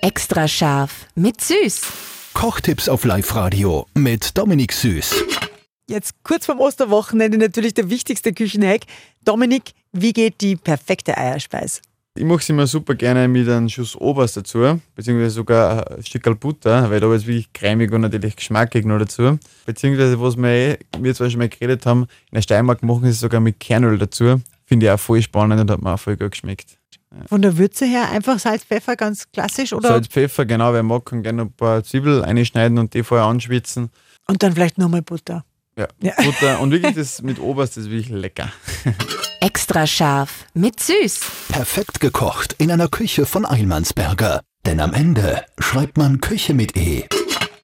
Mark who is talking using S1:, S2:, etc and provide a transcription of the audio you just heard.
S1: Extra scharf mit Süß.
S2: Kochtipps auf Live-Radio mit Dominik Süß.
S3: Jetzt kurz vorm Osterwochenende natürlich der wichtigste Küchenhack. Dominik, wie geht die perfekte Eierspeis?
S4: Ich mache es immer super gerne mit einem Schuss Oberst dazu, beziehungsweise sogar ein Stück Butter, weil da ist wirklich cremig und natürlich geschmackig noch dazu. Beziehungsweise, was wir, eh- wir zwar schon mal geredet haben, in der Steiermark machen sie es sogar mit Kernöl dazu. Finde ich auch voll spannend und hat mir auch voll gut geschmeckt.
S3: Von der Würze her einfach Salz, Pfeffer, ganz klassisch, oder?
S4: Salz, Pfeffer, genau, wer mag, kann gerne ein paar Zwiebeln einschneiden und die vorher anschwitzen.
S3: Und dann vielleicht nochmal Butter.
S4: Ja,
S3: Ja.
S4: Butter. Und wirklich das mit Oberst ist wirklich lecker.
S1: Extra scharf mit Süß.
S2: Perfekt gekocht in einer Küche von Eilmannsberger. Denn am Ende schreibt man Küche mit E.